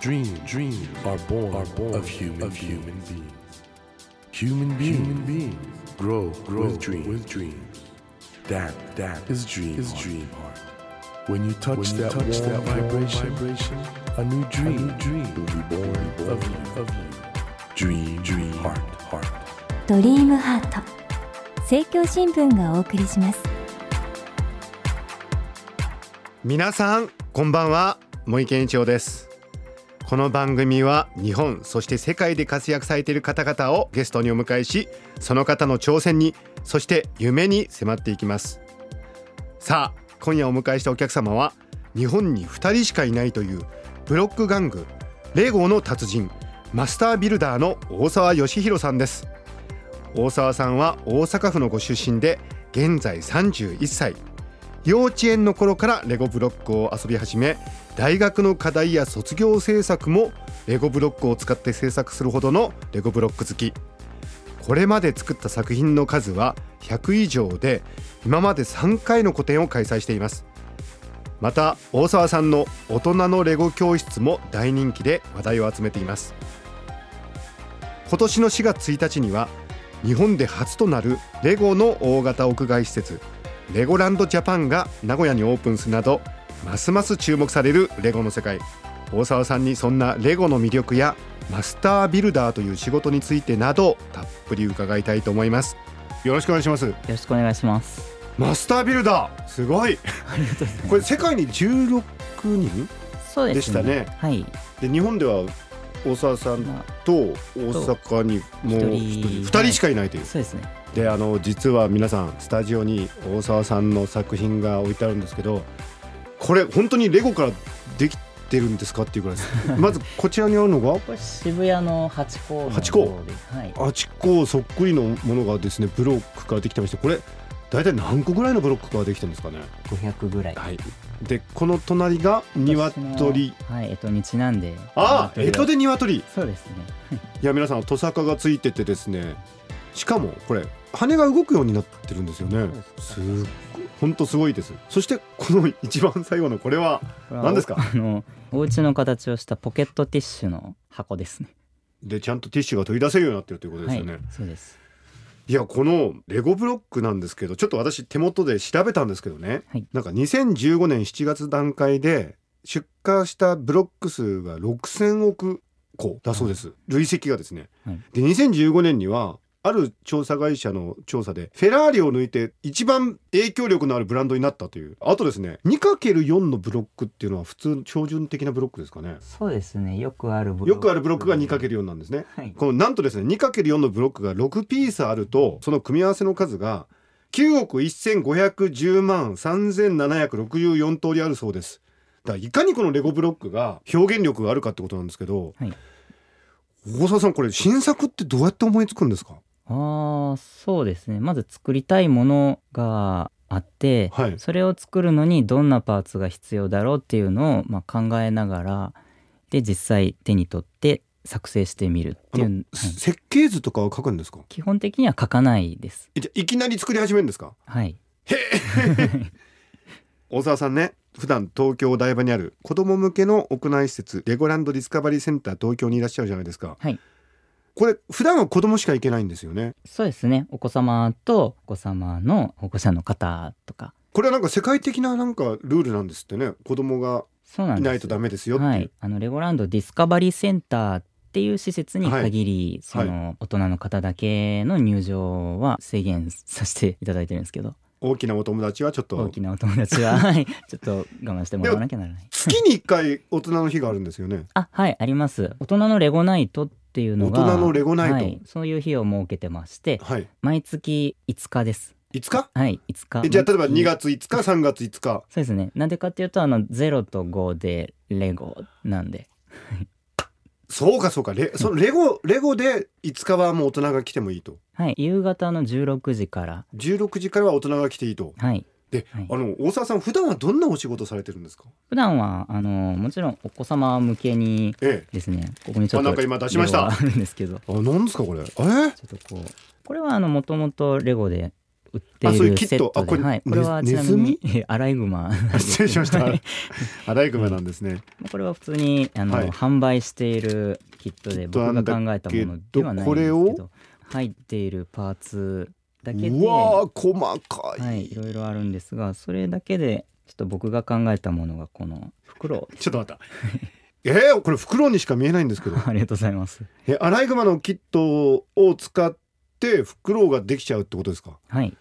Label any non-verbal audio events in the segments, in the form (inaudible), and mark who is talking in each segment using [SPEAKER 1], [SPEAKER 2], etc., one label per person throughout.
[SPEAKER 1] dreams, dreams are born, are born of human, of human beings. Human beings, human beings grow, grow with, dream, with dreams. That, that is dream, is dream heart. When you touch when you that, touch warm that vibration, vibration, a new dream, a new dream will be born, born of, you, of you. Dream, dream heart, heart.
[SPEAKER 2] ドリームハート政教新聞がお送りします
[SPEAKER 3] 皆さんこんばんは森健一郎ですこの番組は日本そして世界で活躍されている方々をゲストにお迎えしその方の挑戦にそして夢に迫っていきますさあ今夜お迎えしたお客様は日本に2人しかいないというブロック玩具レゴの達人マスタービルダーの大沢義弘さんです大沢さんは大阪府のご出身で現在31歳幼稚園の頃からレゴブロックを遊び始め大学の課題や卒業制作もレゴブロックを使って制作するほどのレゴブロック好きこれまで作った作品の数は100以上で今まで3回の個展を開催していますまた大沢さんの大人のレゴ教室も大人気で話題を集めています今年の4月1日には日本で初となるレゴの大型屋外施設レゴランドジャパンが名古屋にオープンするなどますます注目されるレゴの世界大沢さんにそんなレゴの魅力やマスタービルダーという仕事についてなどたっぷり伺いたいと思いますよろしくお願いします
[SPEAKER 4] よろしくお願いします
[SPEAKER 3] マスタービルダーすごいこれ世界に16人
[SPEAKER 4] そう
[SPEAKER 3] でしたね
[SPEAKER 4] はい
[SPEAKER 3] で日本では大沢さんと大阪にもう2人しかいないという、
[SPEAKER 4] そうですね
[SPEAKER 3] であの実は皆さんスタジオに大沢さんの作品が置いてあるんですけどこれ本当にレゴからできてるんですかっていうぐらいです (laughs) まずこちらにあるのが
[SPEAKER 4] これ渋谷のハチ公の
[SPEAKER 3] ハチ公
[SPEAKER 4] はい
[SPEAKER 3] あちこそっくりのものがですねブロックからできてましてこれ大体何個ぐらいのブロックからできてるんですかね
[SPEAKER 4] 500ぐらい
[SPEAKER 3] はいでこの隣が鶏
[SPEAKER 4] 私のはいえとにちなんで
[SPEAKER 3] ああ
[SPEAKER 4] え
[SPEAKER 3] 干支で鶏い
[SPEAKER 4] そうですね
[SPEAKER 3] や皆さんトサカがついててですねしかもこれ羽が動くようになってるんですよねすっごいほんとすごいですそしてこの一番最後のこれは
[SPEAKER 4] これは
[SPEAKER 3] 何ですか
[SPEAKER 4] あのお家の形をしたポケットティッシュの箱ですね
[SPEAKER 3] でちゃんとティッシュが取り出せるようになってるということですよね、
[SPEAKER 4] はいそうです
[SPEAKER 3] いやこのレゴブロックなんですけどちょっと私手元で調べたんですけどね、
[SPEAKER 4] はい
[SPEAKER 3] なんか2015年7月段階で出荷したブロック数が6,000億個だそうです、累積がですね、
[SPEAKER 4] はい
[SPEAKER 3] で2015年にはある調査会社の調査でフェラーリを抜いて一番影響力のあるブランドになったというあとですね 2×4 のブロックっていうのは普通の標準的なブロックですかね
[SPEAKER 4] そうですねよくある
[SPEAKER 3] よくあるブロックが 2×4 なんですね
[SPEAKER 4] はい
[SPEAKER 3] このなんとですね 2×4 のブロックが6ピースあるとその組み合わせの数が9億1510万3764通りあるそうですだからいかにこのレゴブロックが表現力があるかってことなんですけど、
[SPEAKER 4] はい
[SPEAKER 3] 大沢さんこれ新作ってどうやって思いつくんですか
[SPEAKER 4] ああそうですねまず作りたいものがあって、
[SPEAKER 3] はい
[SPEAKER 4] それを作るのにどんなパーツが必要だろうっていうのを、まあ、考えながらで実際手に取って作成してみるってい
[SPEAKER 3] あ
[SPEAKER 4] う、
[SPEAKER 3] の
[SPEAKER 4] はい
[SPEAKER 3] 設計図とかは書くんですか
[SPEAKER 4] 基本的には書かないです。
[SPEAKER 3] えじゃあいきなり作り始めるんですか
[SPEAKER 4] はい、
[SPEAKER 3] 大沢さんね普段東京お台場にある子供向けの屋内施設レゴランドディスカバリーセンター東京にいらっしゃるじゃないですか
[SPEAKER 4] (laughs) はい、
[SPEAKER 3] これ普段は子供しか行けないんですよね
[SPEAKER 4] そうですねお子様とお子様の保護者の方とか
[SPEAKER 3] これはなんか世界的ななんかルールなんですってね子供が
[SPEAKER 4] そうなん
[SPEAKER 3] い
[SPEAKER 4] です
[SPEAKER 3] ないとダメですよっていう
[SPEAKER 4] はい、あのレゴランドディスカバリーセンターっていう施設に限り、その大人の方だけの入場は制限させていただいてるんですけど
[SPEAKER 3] 大きなお友達はちょっ
[SPEAKER 4] 大
[SPEAKER 3] と
[SPEAKER 4] きなお友達
[SPEAKER 3] (laughs)
[SPEAKER 4] ははいちょっと我慢してもらわなきゃならない
[SPEAKER 3] 月に1回大人の日があるんですよね
[SPEAKER 4] あはいあります大人のレゴナイトっていうのが
[SPEAKER 3] 大人のレゴナイト
[SPEAKER 4] はい、そういう日を設けてまして
[SPEAKER 3] はい
[SPEAKER 4] 毎月5日です
[SPEAKER 3] 5日
[SPEAKER 4] はい5日
[SPEAKER 3] えじゃあ例えば2
[SPEAKER 4] 毎月
[SPEAKER 3] 月5日3月5日
[SPEAKER 4] そうですねなんでかっていうとあの0と5でレゴなんで
[SPEAKER 3] そうかそうかレそのレゴレゴで5日はもう大人が来てもいいと
[SPEAKER 4] はい夕方の16時から
[SPEAKER 3] 16時からは大人が来ていいと
[SPEAKER 4] はい
[SPEAKER 3] で、
[SPEAKER 4] はい
[SPEAKER 3] あの大沢さん普段はどんなお仕事されてるんですか
[SPEAKER 4] 普段はあのもちろんお子様向けに
[SPEAKER 3] ええ
[SPEAKER 4] ですねここにちょっ
[SPEAKER 3] あ
[SPEAKER 4] と
[SPEAKER 3] なんか今出しました
[SPEAKER 4] レゴがあるんですけどちょ
[SPEAKER 3] あなんですかこれえ
[SPEAKER 4] っとこうこれはあのもともとレゴで売ってい
[SPEAKER 3] あそういう
[SPEAKER 4] る
[SPEAKER 3] キ
[SPEAKER 4] セ
[SPEAKER 3] ッ
[SPEAKER 4] ッ
[SPEAKER 3] ト
[SPEAKER 4] ト
[SPEAKER 3] あこ
[SPEAKER 4] で、
[SPEAKER 3] れ
[SPEAKER 4] はい、
[SPEAKER 3] ね
[SPEAKER 4] これはちなみに
[SPEAKER 3] ネ
[SPEAKER 4] アライグマなんです
[SPEAKER 3] 失礼しました
[SPEAKER 4] はい
[SPEAKER 3] アライグマなんですね。
[SPEAKER 4] これは普通にあの、
[SPEAKER 3] はい
[SPEAKER 4] 販売しているキットで
[SPEAKER 3] キット
[SPEAKER 4] 僕
[SPEAKER 3] な
[SPEAKER 4] が
[SPEAKER 3] んだけど
[SPEAKER 4] 考えたものではないんですけど
[SPEAKER 3] これを
[SPEAKER 4] 入っているパーツだけで
[SPEAKER 3] うわあ細かい。
[SPEAKER 4] はい、いろいろあるんですがそれだけでちょっと僕が考えたものがこの
[SPEAKER 3] (laughs)
[SPEAKER 4] 袋
[SPEAKER 3] ちょっと待った。えー、これ袋にしか見えないんですけど。
[SPEAKER 4] ありがとうございます
[SPEAKER 3] えアライグマのキットを使って袋ができちゃうってことですか。
[SPEAKER 4] はい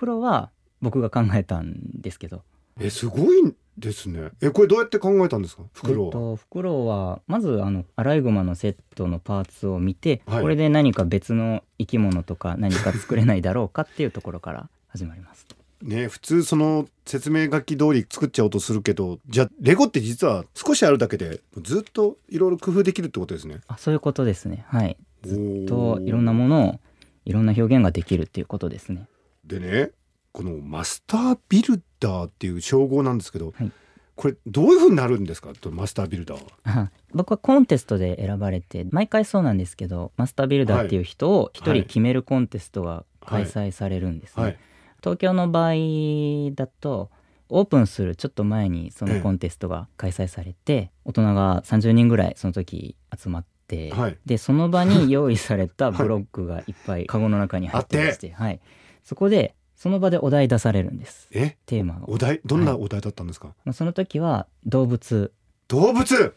[SPEAKER 4] 袋は僕が考えたんですけど
[SPEAKER 3] えすごいですね。えこれどうやって考えたんですか。
[SPEAKER 4] え
[SPEAKER 3] 袋
[SPEAKER 4] っ
[SPEAKER 3] は。
[SPEAKER 4] と、袋はまずあのアライグマのセットのパーツを見て、
[SPEAKER 3] はい
[SPEAKER 4] これで何か別の生き物とか何か作れないだろうかっていうところから始まります。
[SPEAKER 3] ね普通その説明書き通り作っちゃおうとするけど、じゃあレゴって実は少しあるだけでずっといろいろ工夫できるってことですね。
[SPEAKER 4] あそういうことですね。はい。
[SPEAKER 3] ず
[SPEAKER 4] といろんなものをいろんな表現ができるっていうことですね。
[SPEAKER 3] でねこのマスタービルダーっていう称号なんですけど、
[SPEAKER 4] はい
[SPEAKER 3] これどういうふうになるんですかとマスタービルダーは。
[SPEAKER 4] あ僕はコンテストで選ばれて毎回そうなんですけどマスタービルダーっていう人を一
[SPEAKER 3] はい
[SPEAKER 4] 人決めるコンテストが開催されるんですね。
[SPEAKER 3] はい、
[SPEAKER 4] 東京の場合だとオープンするちょっと前にそのコンテストが開催されて大人が30人ぐらいその時集まって、
[SPEAKER 3] はい
[SPEAKER 4] でその
[SPEAKER 3] (laughs)
[SPEAKER 4] 場に用意されたブロックがいっぱいカゴの中に入ってまして、はい、そこでその場でお題出されるんです
[SPEAKER 3] え
[SPEAKER 4] テーマを
[SPEAKER 3] お題どんなお題だったんですか、
[SPEAKER 4] まあその時は動物
[SPEAKER 3] 動物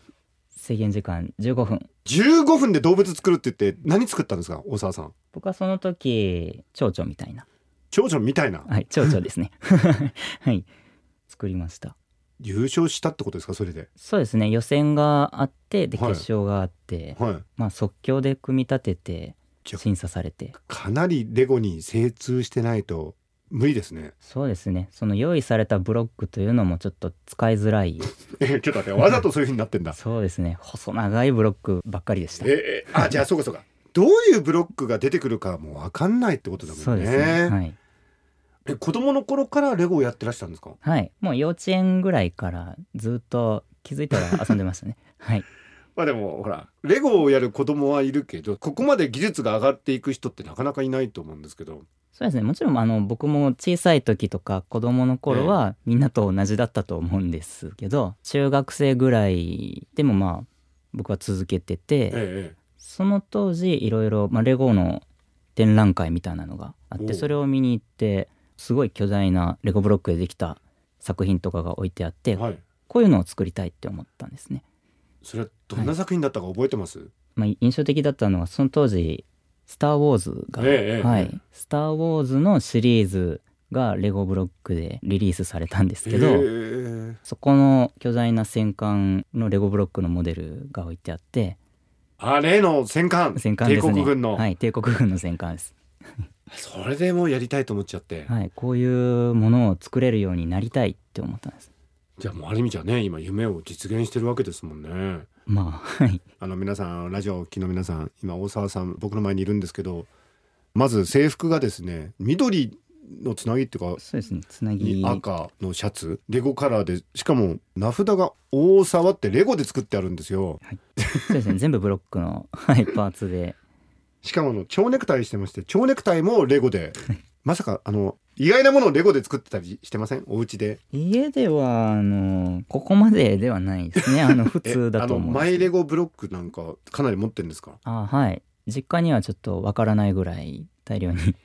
[SPEAKER 4] 制限時間15分
[SPEAKER 3] !15 分で動物作るって言って何作ったんですか大沢さん。
[SPEAKER 4] 僕はその時蝶々みたいな
[SPEAKER 3] 長女みたいな
[SPEAKER 4] はい蝶々ですね (laughs) はい作りました
[SPEAKER 3] 優勝したってことですかそれで。
[SPEAKER 4] そうですね予選があってで
[SPEAKER 3] はい
[SPEAKER 4] 決勝があって、
[SPEAKER 3] はい。
[SPEAKER 4] まあ、即興で組み立てて
[SPEAKER 3] じゃ
[SPEAKER 4] 審査されて
[SPEAKER 3] かなりレゴに精通してないと無理ですね。
[SPEAKER 4] そうですねその用意されたブロックというのもちょっと使いづらい
[SPEAKER 3] えちょっと待ってわざとそういうふうになってんだ。
[SPEAKER 4] (laughs) そうですね細長いブロックばっかりでした
[SPEAKER 3] ええあじゃあそうかそうか。どういうブロックが出てくるかもう分かんないってことだもんね。
[SPEAKER 4] そうですねはい、
[SPEAKER 3] え子供の頃からレゴをやってらしたんですか
[SPEAKER 4] はい、もう幼稚園ぐらいからずっと気づいたら遊んでました
[SPEAKER 3] (laughs)
[SPEAKER 4] ねはい
[SPEAKER 3] まあでもほらレゴをやる子供はいるけどここまで技術が上がっていく人ってなかなかいないと思うんですけど
[SPEAKER 4] そうですねもちろんあの僕も小さい時とか子供の頃はみんなと同じだったと思うんですけど中学生ぐらいでもまあ僕は続けてて、
[SPEAKER 3] え
[SPEAKER 4] その当時いろいろ、まあ、レゴの展覧会みたいなのがあっ
[SPEAKER 3] お
[SPEAKER 4] て
[SPEAKER 3] う
[SPEAKER 4] それを見に行ってすごい巨大なレゴブロックでできた作品とかが置いてあっ
[SPEAKER 3] え
[SPEAKER 4] て
[SPEAKER 3] はい
[SPEAKER 4] こういうのを作りたいって思ったんですね。
[SPEAKER 3] それはどんな作品だったか覚えてます、
[SPEAKER 4] まあ、印象的だったのはその当時「スター・ウォーズが」
[SPEAKER 3] ええ
[SPEAKER 4] は
[SPEAKER 3] ええ
[SPEAKER 4] い「スター・ウォーズ」のシリーズがレゴブロックでリリースされたんですけど、
[SPEAKER 3] ええ
[SPEAKER 4] そこの巨大な戦艦のレゴブロックのモデルが置いてあって
[SPEAKER 3] あ例の戦艦
[SPEAKER 4] 戦艦です
[SPEAKER 3] 帝
[SPEAKER 4] ね
[SPEAKER 3] 国軍の、
[SPEAKER 4] はい、帝国軍の戦艦です。
[SPEAKER 3] それでもうやりたいと思っちゃって、
[SPEAKER 4] はい、こういうものを作れるようになりたいって思ったんです。
[SPEAKER 3] じゃあもうある意味じゃね今夢を実現してるわけですもんね
[SPEAKER 4] まあ、はい。
[SPEAKER 3] あの皆さんラジオをお聞きの皆さん今大沢さん僕の前にいるんですけどまず制服がですね緑のつなぎっていうか
[SPEAKER 4] そうですね。つなぎ
[SPEAKER 3] に。赤のシャツレゴカラーでしかも名札が大沢ってレゴで作ってあるんですよ
[SPEAKER 4] そうですね。全部ブロックの、はい、パーツで。
[SPEAKER 3] しかもあの蝶ネクタイしてまして蝶ネクタイもレゴでまさかあの意外なものをレゴで作ってたりしてませんお家で
[SPEAKER 4] 家では、あの、ここまでではないで
[SPEAKER 3] (laughs)
[SPEAKER 4] すね。あの、普
[SPEAKER 3] え
[SPEAKER 4] 通だと思
[SPEAKER 3] あの
[SPEAKER 4] うんで
[SPEAKER 3] マ
[SPEAKER 4] す
[SPEAKER 3] イ
[SPEAKER 4] けど。
[SPEAKER 3] レゴブロックなんかかなり持ってるんですか
[SPEAKER 4] あ、はい。実家にはちょっとわからないぐらい大量に。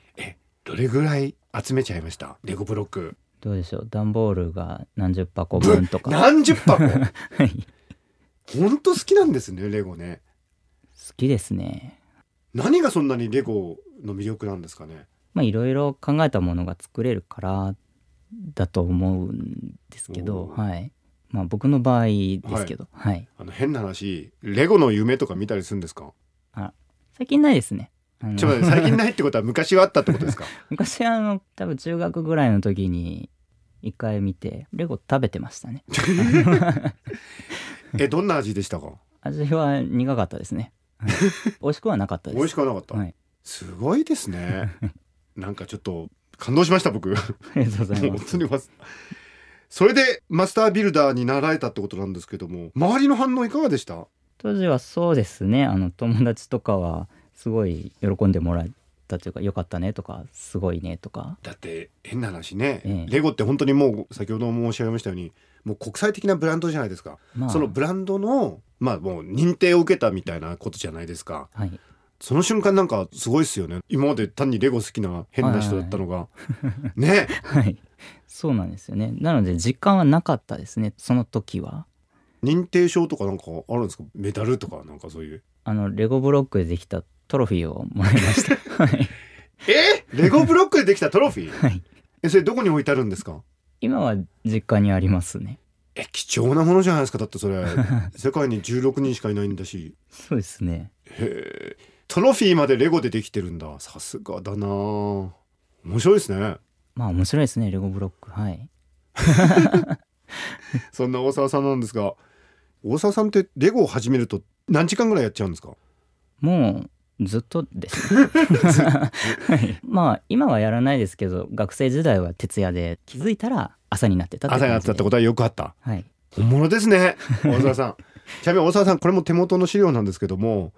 [SPEAKER 3] どれぐらい集めちゃいましたレゴブロック
[SPEAKER 4] どうでしょう。段ボールが何十箱分とか。
[SPEAKER 3] 何十
[SPEAKER 4] (laughs)
[SPEAKER 3] 箱ほ
[SPEAKER 4] はい。
[SPEAKER 3] んと好きなんですねレゴね
[SPEAKER 4] 好きですね。
[SPEAKER 3] 何がそんなにレゴの魅力なんですかね
[SPEAKER 4] まあ、いろいろ考えたものが作れるからだと思うんですけど、
[SPEAKER 3] おー
[SPEAKER 4] はい。まあ、僕の場合ですけど、はい。
[SPEAKER 3] あの変な話レゴの夢とか見たりするんですか
[SPEAKER 4] 最近ないですね。あの
[SPEAKER 3] ちょっと待って最近ないってことは昔はあったってことですか
[SPEAKER 4] (laughs) 昔あの多分中学ぐらいの時に一回見てレゴ食べてましたね。
[SPEAKER 3] えどんな味でしたか
[SPEAKER 4] 味は苦かったですね。
[SPEAKER 3] (laughs)
[SPEAKER 4] はい美味しくはなかったです。
[SPEAKER 3] 美味しくはなかった、
[SPEAKER 4] はい。
[SPEAKER 3] すごいです (laughs) ねなんかちょっと感動しました僕
[SPEAKER 4] ありがとうございま
[SPEAKER 3] 本
[SPEAKER 4] す
[SPEAKER 3] 当。にますそれでマスタービルダーになられたってことなんですけども周りの反応いかがでした
[SPEAKER 4] 当時はそうですね。あの友達とかはすごい喜んでもらっったというかよかったねとかすごいねとか
[SPEAKER 3] だって変な話ね、
[SPEAKER 4] ええ
[SPEAKER 3] レゴって本当にもう先ほども申し上げましたようにもう国際的なブランドじゃないですか、
[SPEAKER 4] まあ
[SPEAKER 3] そのブランドのまあもう認定を受けたみたいなことじゃないですか
[SPEAKER 4] はい
[SPEAKER 3] その瞬間なんかすごいですよね今まで単にレゴ好きな変な人だったのが、ね
[SPEAKER 4] はいそうなんですよねなので実感はなかったですねその時は
[SPEAKER 3] 認定証とかなんかあるんですかメダルとかなんかそういう
[SPEAKER 4] あのレゴブロックでできたトロフィーをもらいました
[SPEAKER 3] (laughs)
[SPEAKER 4] はい
[SPEAKER 3] えレゴブロックでできたトロフィー、
[SPEAKER 4] はい
[SPEAKER 3] えそれどこに置いてあるんですか
[SPEAKER 4] 今は実家にありますね
[SPEAKER 3] え貴重なものじゃないですかだってそれ (laughs) 世界に16人しかいないんだし
[SPEAKER 4] そうですね
[SPEAKER 3] へえトロフィーまでレゴでできてるんださすがだなあ面白いですね
[SPEAKER 4] まあ面白いですねレゴブロックはい
[SPEAKER 3] そんな大沢さんなんですが大沢さんってレゴを始めると何時間ぐらいやっちゃうんですか
[SPEAKER 4] もうずっとですね、はい、まあ今はやらないですけど学生時代は徹夜で気づいたら朝になってたって
[SPEAKER 3] 朝にな
[SPEAKER 4] 感
[SPEAKER 3] っ
[SPEAKER 4] じ
[SPEAKER 3] てた
[SPEAKER 4] で
[SPEAKER 3] ってことはよくあった
[SPEAKER 4] はい
[SPEAKER 3] 本物ですね大沢さん
[SPEAKER 4] (laughs)
[SPEAKER 3] ちなみに大沢さんこれも手元の資料なんですけども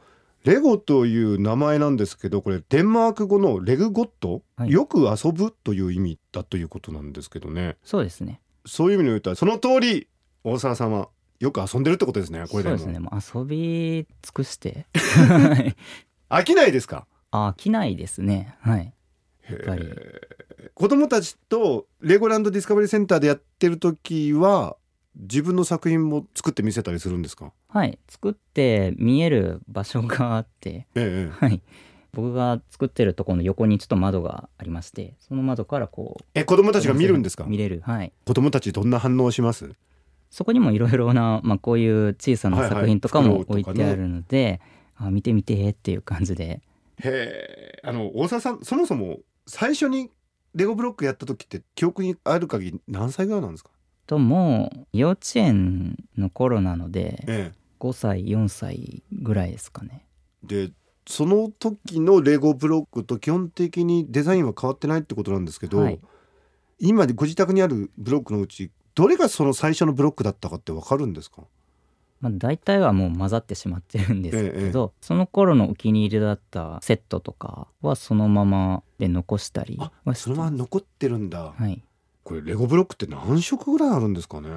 [SPEAKER 3] レゴという名前なんですけどこれデンマーク語のレグゴット、
[SPEAKER 4] はい
[SPEAKER 3] よく遊ぶという意味だということなんですけどね
[SPEAKER 4] そうですね
[SPEAKER 3] そういう意味で言ったらその通り大沢さんはよく遊んでるってことですねこれで
[SPEAKER 4] そう
[SPEAKER 3] も
[SPEAKER 4] ですねもう遊び尽くして
[SPEAKER 3] (laughs)
[SPEAKER 4] はい
[SPEAKER 3] 飽きないですか
[SPEAKER 4] あ飽きないですねはい
[SPEAKER 3] やっ
[SPEAKER 4] ぱり
[SPEAKER 3] 子供たちとレゴランドディスカバリーセンターでやってる時は自分の作品も作って見せたりするんですか
[SPEAKER 4] はい作って見える場所があって (laughs)
[SPEAKER 3] ええ
[SPEAKER 4] はい僕が作ってるところの横にちょっと窓がありましてその窓からこう
[SPEAKER 3] え子供たちが見るんですか
[SPEAKER 4] 見れるはい
[SPEAKER 3] 子供たちどんな反応をします
[SPEAKER 4] そこにもいろいろな、まあ、こういう小さ
[SPEAKER 3] はい
[SPEAKER 4] な
[SPEAKER 3] はい
[SPEAKER 4] 作品とかも
[SPEAKER 3] フクロ
[SPEAKER 4] 置
[SPEAKER 3] ウ
[SPEAKER 4] い
[SPEAKER 3] とかね
[SPEAKER 4] てあるので、あ見て見てっていう感じで
[SPEAKER 3] へえあの大沢さんそもそも最初にレゴブロックやった時って記憶にある限り何歳ぐらいなんですか
[SPEAKER 4] ともう幼稚園の頃なので
[SPEAKER 3] ええ
[SPEAKER 4] 5歳4歳ぐらいですかね
[SPEAKER 3] でその時のレゴブロックと基本的にデザインは変わってないってことなんですけど、
[SPEAKER 4] はい
[SPEAKER 3] 今ご自宅にあるブロックのうちどれがその最初のブロックだったかってわかるんですか
[SPEAKER 4] まあ、大体はもう混ざってしまってるんですけど、その頃のお気に入りだったセットとかはそのままで残したり
[SPEAKER 3] あ
[SPEAKER 4] はして
[SPEAKER 3] そのまま残ってるんだ
[SPEAKER 4] はい、
[SPEAKER 3] これレゴブロックって何色ぐらいあるんですかね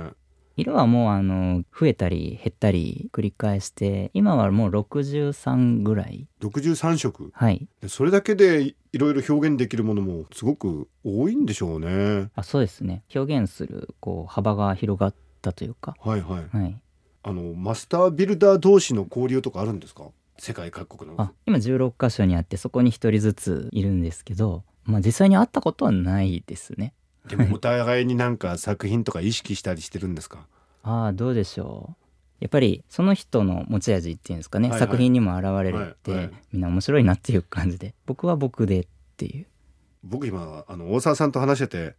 [SPEAKER 4] 色はもうあの増えたり減ったり繰り返して今はもう63ぐらい
[SPEAKER 3] 63色
[SPEAKER 4] はい
[SPEAKER 3] でそれだけでいいろいろ表現できるものもすごく多いんでしょうね
[SPEAKER 4] あそうですね表現するこう幅が広がったというか
[SPEAKER 3] はいはい
[SPEAKER 4] はい
[SPEAKER 3] あのマスタービルダー同士の交流とかあるんですか世界各国の
[SPEAKER 4] あ今16箇所にあってそこに1人ずついるんですけどまあ実際に会ったことはないですね
[SPEAKER 3] でもお互いになんか作品とか意識したりしてるんですか
[SPEAKER 4] ああどうでしょうやっぱりその人の持ち味っていうんですかね、
[SPEAKER 3] はいはい
[SPEAKER 4] 作品にも現れるって、
[SPEAKER 3] はいはい
[SPEAKER 4] みんな面白いなっていう感じで僕は僕でっていう
[SPEAKER 3] 僕今あの大沢さんと話してて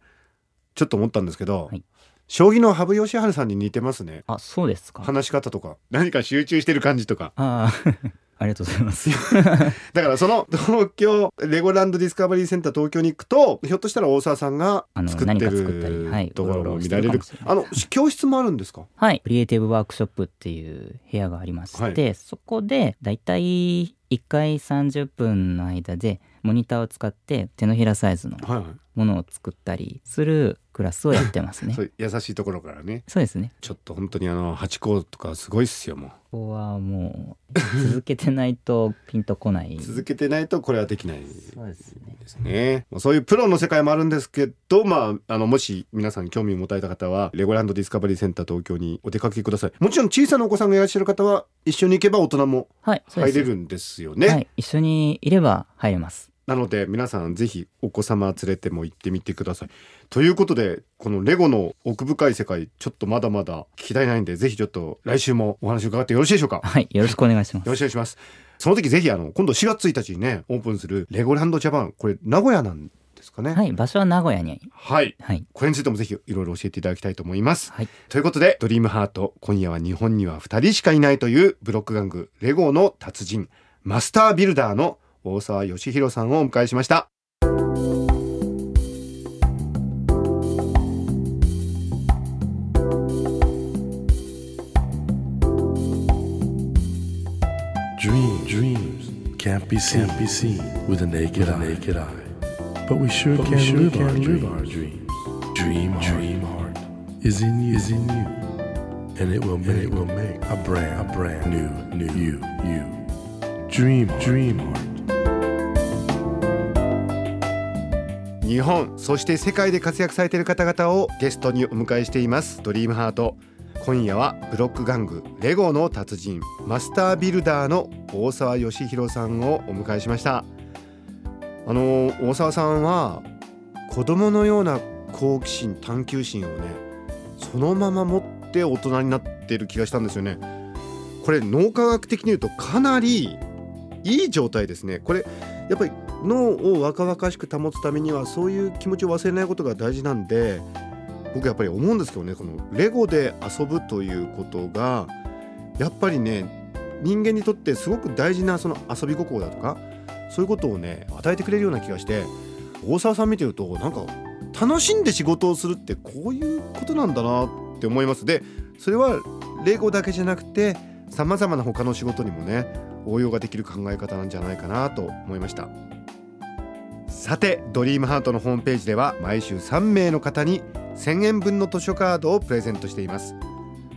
[SPEAKER 3] ちょっと思ったんですけど、
[SPEAKER 4] はい
[SPEAKER 3] 将棋の羽生善治さんに似てますね
[SPEAKER 4] あそうですか
[SPEAKER 3] 話し方とか何か集中してる感じとか
[SPEAKER 4] ああ (laughs) ありがとうござ
[SPEAKER 3] (laughs)
[SPEAKER 4] います
[SPEAKER 3] だからその東京レゴランドディスカバリーセンター東京に行くとひょっとしたら大沢さんが
[SPEAKER 4] あの
[SPEAKER 3] 作って
[SPEAKER 4] 何か作ったりは
[SPEAKER 3] る
[SPEAKER 4] い
[SPEAKER 3] ところも見られ
[SPEAKER 4] うろう
[SPEAKER 3] る
[SPEAKER 4] ろしてるかもしれな
[SPEAKER 3] あの教室もあるんですか
[SPEAKER 4] はいクリエイティブワークショップっていう部屋がありまして、
[SPEAKER 3] は
[SPEAKER 4] そこでだいたい1回30分の間でモニターを使って手のひらサイズの
[SPEAKER 3] はいは
[SPEAKER 4] ものを作ったりするクラスをやってます
[SPEAKER 3] い
[SPEAKER 4] ね
[SPEAKER 3] そう優しいところからね
[SPEAKER 4] そうですね
[SPEAKER 3] ちょっと本当にあのハチ公とかすごいっすよも
[SPEAKER 4] ここはもう続けてないとピンとこないう
[SPEAKER 3] 続けてないとこれはできないで
[SPEAKER 4] そうですね
[SPEAKER 3] すねまあそういうプロの世界もあるんですけどまああのもし皆さん興味を持たれた方はレゴランドディスカバリーセンター東京にお出かけくださいもちろん小さなお子さんがいらっしゃる方は一緒に行けば大人も
[SPEAKER 4] はいそうで
[SPEAKER 3] 入
[SPEAKER 4] す
[SPEAKER 3] れるんですよね、
[SPEAKER 4] はい、一緒にいれば入れます
[SPEAKER 3] なので皆さんぜひお子様連れても行ってみてください。ということでこのレゴの奥深い世界ちょっとまだまだ聞きたいないんでぜひちょっと来週もお話伺ってよろしいでしょうか。よ
[SPEAKER 4] はいよろしくお願いします
[SPEAKER 3] ろしくお願いします。その時ぜひあの今度4月1日にねオープンするレゴランドジャパンこれ名古屋なんですかね。
[SPEAKER 4] はい場所は名古屋に
[SPEAKER 3] はい
[SPEAKER 4] はい
[SPEAKER 3] これについてもぜひいろいろ教えていただきたいと思います。
[SPEAKER 4] はい
[SPEAKER 3] ということで、ドリームハート、今夜は日本には2人しかいないというブロック玩具、レゴの達人、マスタービルダーの大沢義弘さんをお迎えしました。
[SPEAKER 1] Dream dreams can't be seen, be seen with a naked, eye. naked eye. But we sure can, live, our dreams. Dream, dream heart is in you, is in you, and it will make, it will make a brand, a brand new, new you, you. Dream, dream heart.
[SPEAKER 3] 日本そして世界で活躍されている方々をゲストにお迎えしていますドリームハート今夜はブロック玩具レゴの達人マスタービルダーの大沢義弘さんをお迎えしましたあの大沢さんは子供のような好奇心探求心をねそのまま持って大人になってる気がしたんですよねこれ脳科学的に言うとかなりいい状態ですねこれやっぱり脳を若々しく保つためにはそういう気持ちを忘れないことが大事なんで僕やっぱり思うんですけどねこのレゴで遊ぶということがやっぱりね人間にとってすごく大事なその遊び心だとかそういうことをね与えてくれるような気がして大沢さん見てるとなんか楽しんで仕事をするってこういうことなんだなって思いますでそれはレゴだけじゃなくてさまざまな他の仕事にもね応用ができる考え方なんじゃないかなと思いました。さてドリームハートのホームページでは毎週3名の方に1000円分の図書カードをプレゼントしています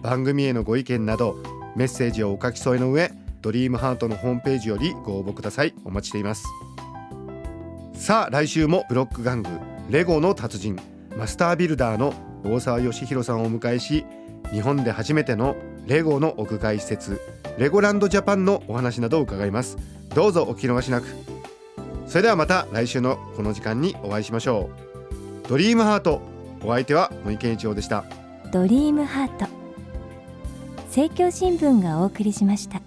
[SPEAKER 3] 番組へのご意見などメッセージをお書き添えの上ドリームハートのホームページよりご応募くださいお待ちしていますさあ来週もブロック玩具レゴの達人マスタービルダーの大沢義弘さんをお迎えし日本で初めてのレゴの屋外施設レゴランドジャパンのお話などを伺いますどうぞお聞き逃しなくそれではまた来週のこの時間にお会いしましょうドリームハートお相手は森健一郎でした
[SPEAKER 2] ドリームハート政教新聞がお送りしました